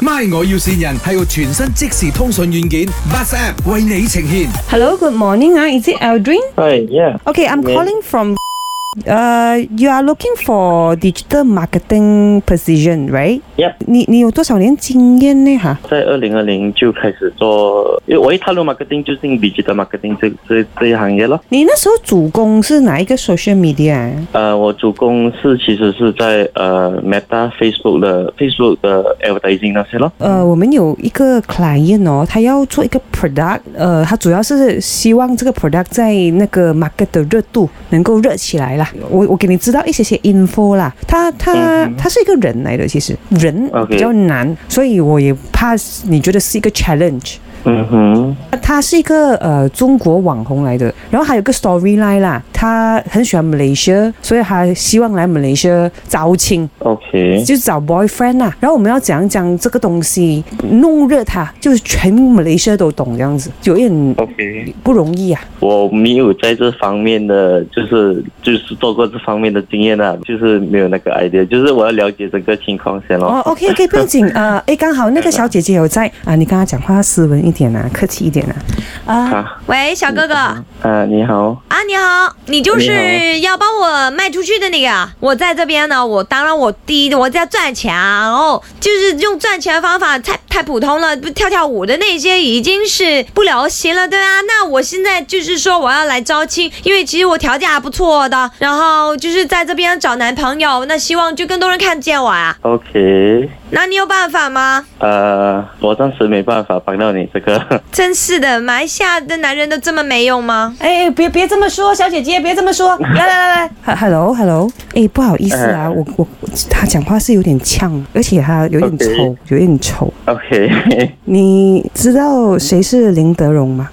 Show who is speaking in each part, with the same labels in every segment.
Speaker 1: My 我要線人係個全新即時通訊軟件 Bus App 為你呈現。
Speaker 2: Hello, good morning. Ah, is it Aldrin?
Speaker 3: Hi, yeah.
Speaker 2: Okay, I'm
Speaker 3: Yeah.
Speaker 2: calling from. Uh, you are looking for digital marketing position, right?
Speaker 3: Yep.
Speaker 2: 你你有多少年经验呢？哈，
Speaker 3: 在二零二零就开始做，因为我一踏入 marketing 就是 digital marketing 这这这一行业咯。
Speaker 2: 你那时候主攻是哪一个 social media？啊
Speaker 3: 呃，我主攻是其实是在呃 Meta、Facebook 的 Facebook 的 advertising 那些咯。
Speaker 2: 呃，我们有一个 client 哦，他要做一个 product，呃，他主要是希望这个 product 在那个 market 的热度能够热起来啦。我我给你知道一些些 info 啦，他他、他是一个人来的，其实人
Speaker 3: OK
Speaker 2: 比较难所以我也怕你觉得是一个 challenge。
Speaker 3: 嗯哼，
Speaker 2: 他是一个呃中国网红来的，然后还有个 storyline 啦，他很喜欢 Malaysia，所以他希望来 Malaysia 招亲，
Speaker 3: OK，
Speaker 2: 就是找 boyfriend 啦。然后我们要讲讲这个东西，弄热它，就是全 Malaysia 都懂这样子，有点
Speaker 3: OK，
Speaker 2: 不容易啊。
Speaker 3: 我没有在这方面的，就是就是做过这方面的经验啊，就是没有那个 idea，就是我要了解整个情况先咯。
Speaker 2: 哦，OK OK，不用紧啊。呃诶，刚好那个小姐姐有在啊，你跟她讲话斯文一点啊，客气一点啊。啊，
Speaker 3: 啊，
Speaker 4: 喂，小哥哥啊，
Speaker 3: 啊，你好。
Speaker 4: 你好，你就是要帮我卖出去的那个啊？我在这边呢，我当然我第一我在赚钱啊，然后就是用赚钱的方法太太普通了，不跳跳舞的那些已经是不流行了，对啊。那我现在就是说我要来招亲，因为其实我条件还不错的，然后就是在这边找男朋友，那希望就更多人看见我啊。
Speaker 3: OK，
Speaker 4: 那你有办法吗？
Speaker 3: 呃，我暂时没办法帮到你这个。
Speaker 4: 真是的，马来西亚的男人都这么没用吗？
Speaker 2: 哎哎，别别这么说，小姐姐，别这么说。来来来来，Hello Hello，哎，啊不好意思啊，
Speaker 3: 哎
Speaker 2: 我我他讲话是有点呛，而且他有点
Speaker 3: OK
Speaker 2: 丑，有点丑。
Speaker 3: OK，
Speaker 2: 你知道谁是林德荣吗？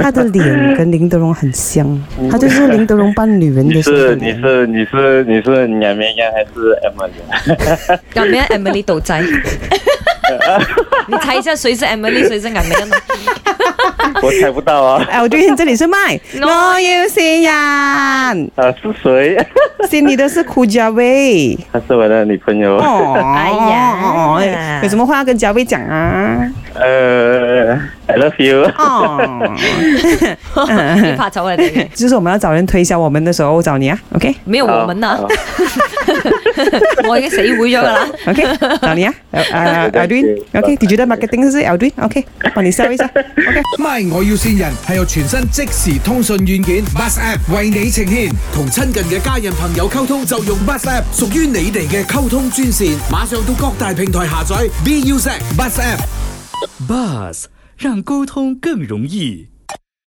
Speaker 2: 他的脸跟林德荣很像，他就是林德荣扮女人
Speaker 3: 你
Speaker 2: 的时候
Speaker 3: 是。你是你是你是两绵羊还是啊 M 羊？
Speaker 4: 颜美欣 Emily 豆仔，你猜一下谁是 Emily，谁是颜美欣？
Speaker 3: 我猜不到啊，
Speaker 2: 哎，我最近这里是麦，
Speaker 4: No
Speaker 2: 我要新人，
Speaker 3: 啊是谁？
Speaker 2: 心里的是苦家威。
Speaker 3: 她是我的女朋友。
Speaker 2: 哦，
Speaker 4: 哎呀
Speaker 2: 有什么话要跟家威讲啊？
Speaker 3: 呃，I love you。
Speaker 2: 哦，
Speaker 4: 你怕丑啊你？
Speaker 2: 就是我们要找人推销我们的时候，我找你啊，OK
Speaker 4: 没有我们呐、
Speaker 3: 好
Speaker 4: 我已經死會咗噶啦。
Speaker 2: OK，找你啊，呃呃
Speaker 3: 对对对
Speaker 2: Aldrin，OK，你觉得 marketing 是 Aldrin，OK，帮你 sell 一下。
Speaker 1: My 我要線人係個全新即時通訊軟件 Bus App 為你呈現，同親近嘅家人朋友溝通就用 Bus App，屬於你哋嘅溝通專線。馬上到各大平台下載 BUZ Bus App。
Speaker 5: Buzz 让沟通更容易。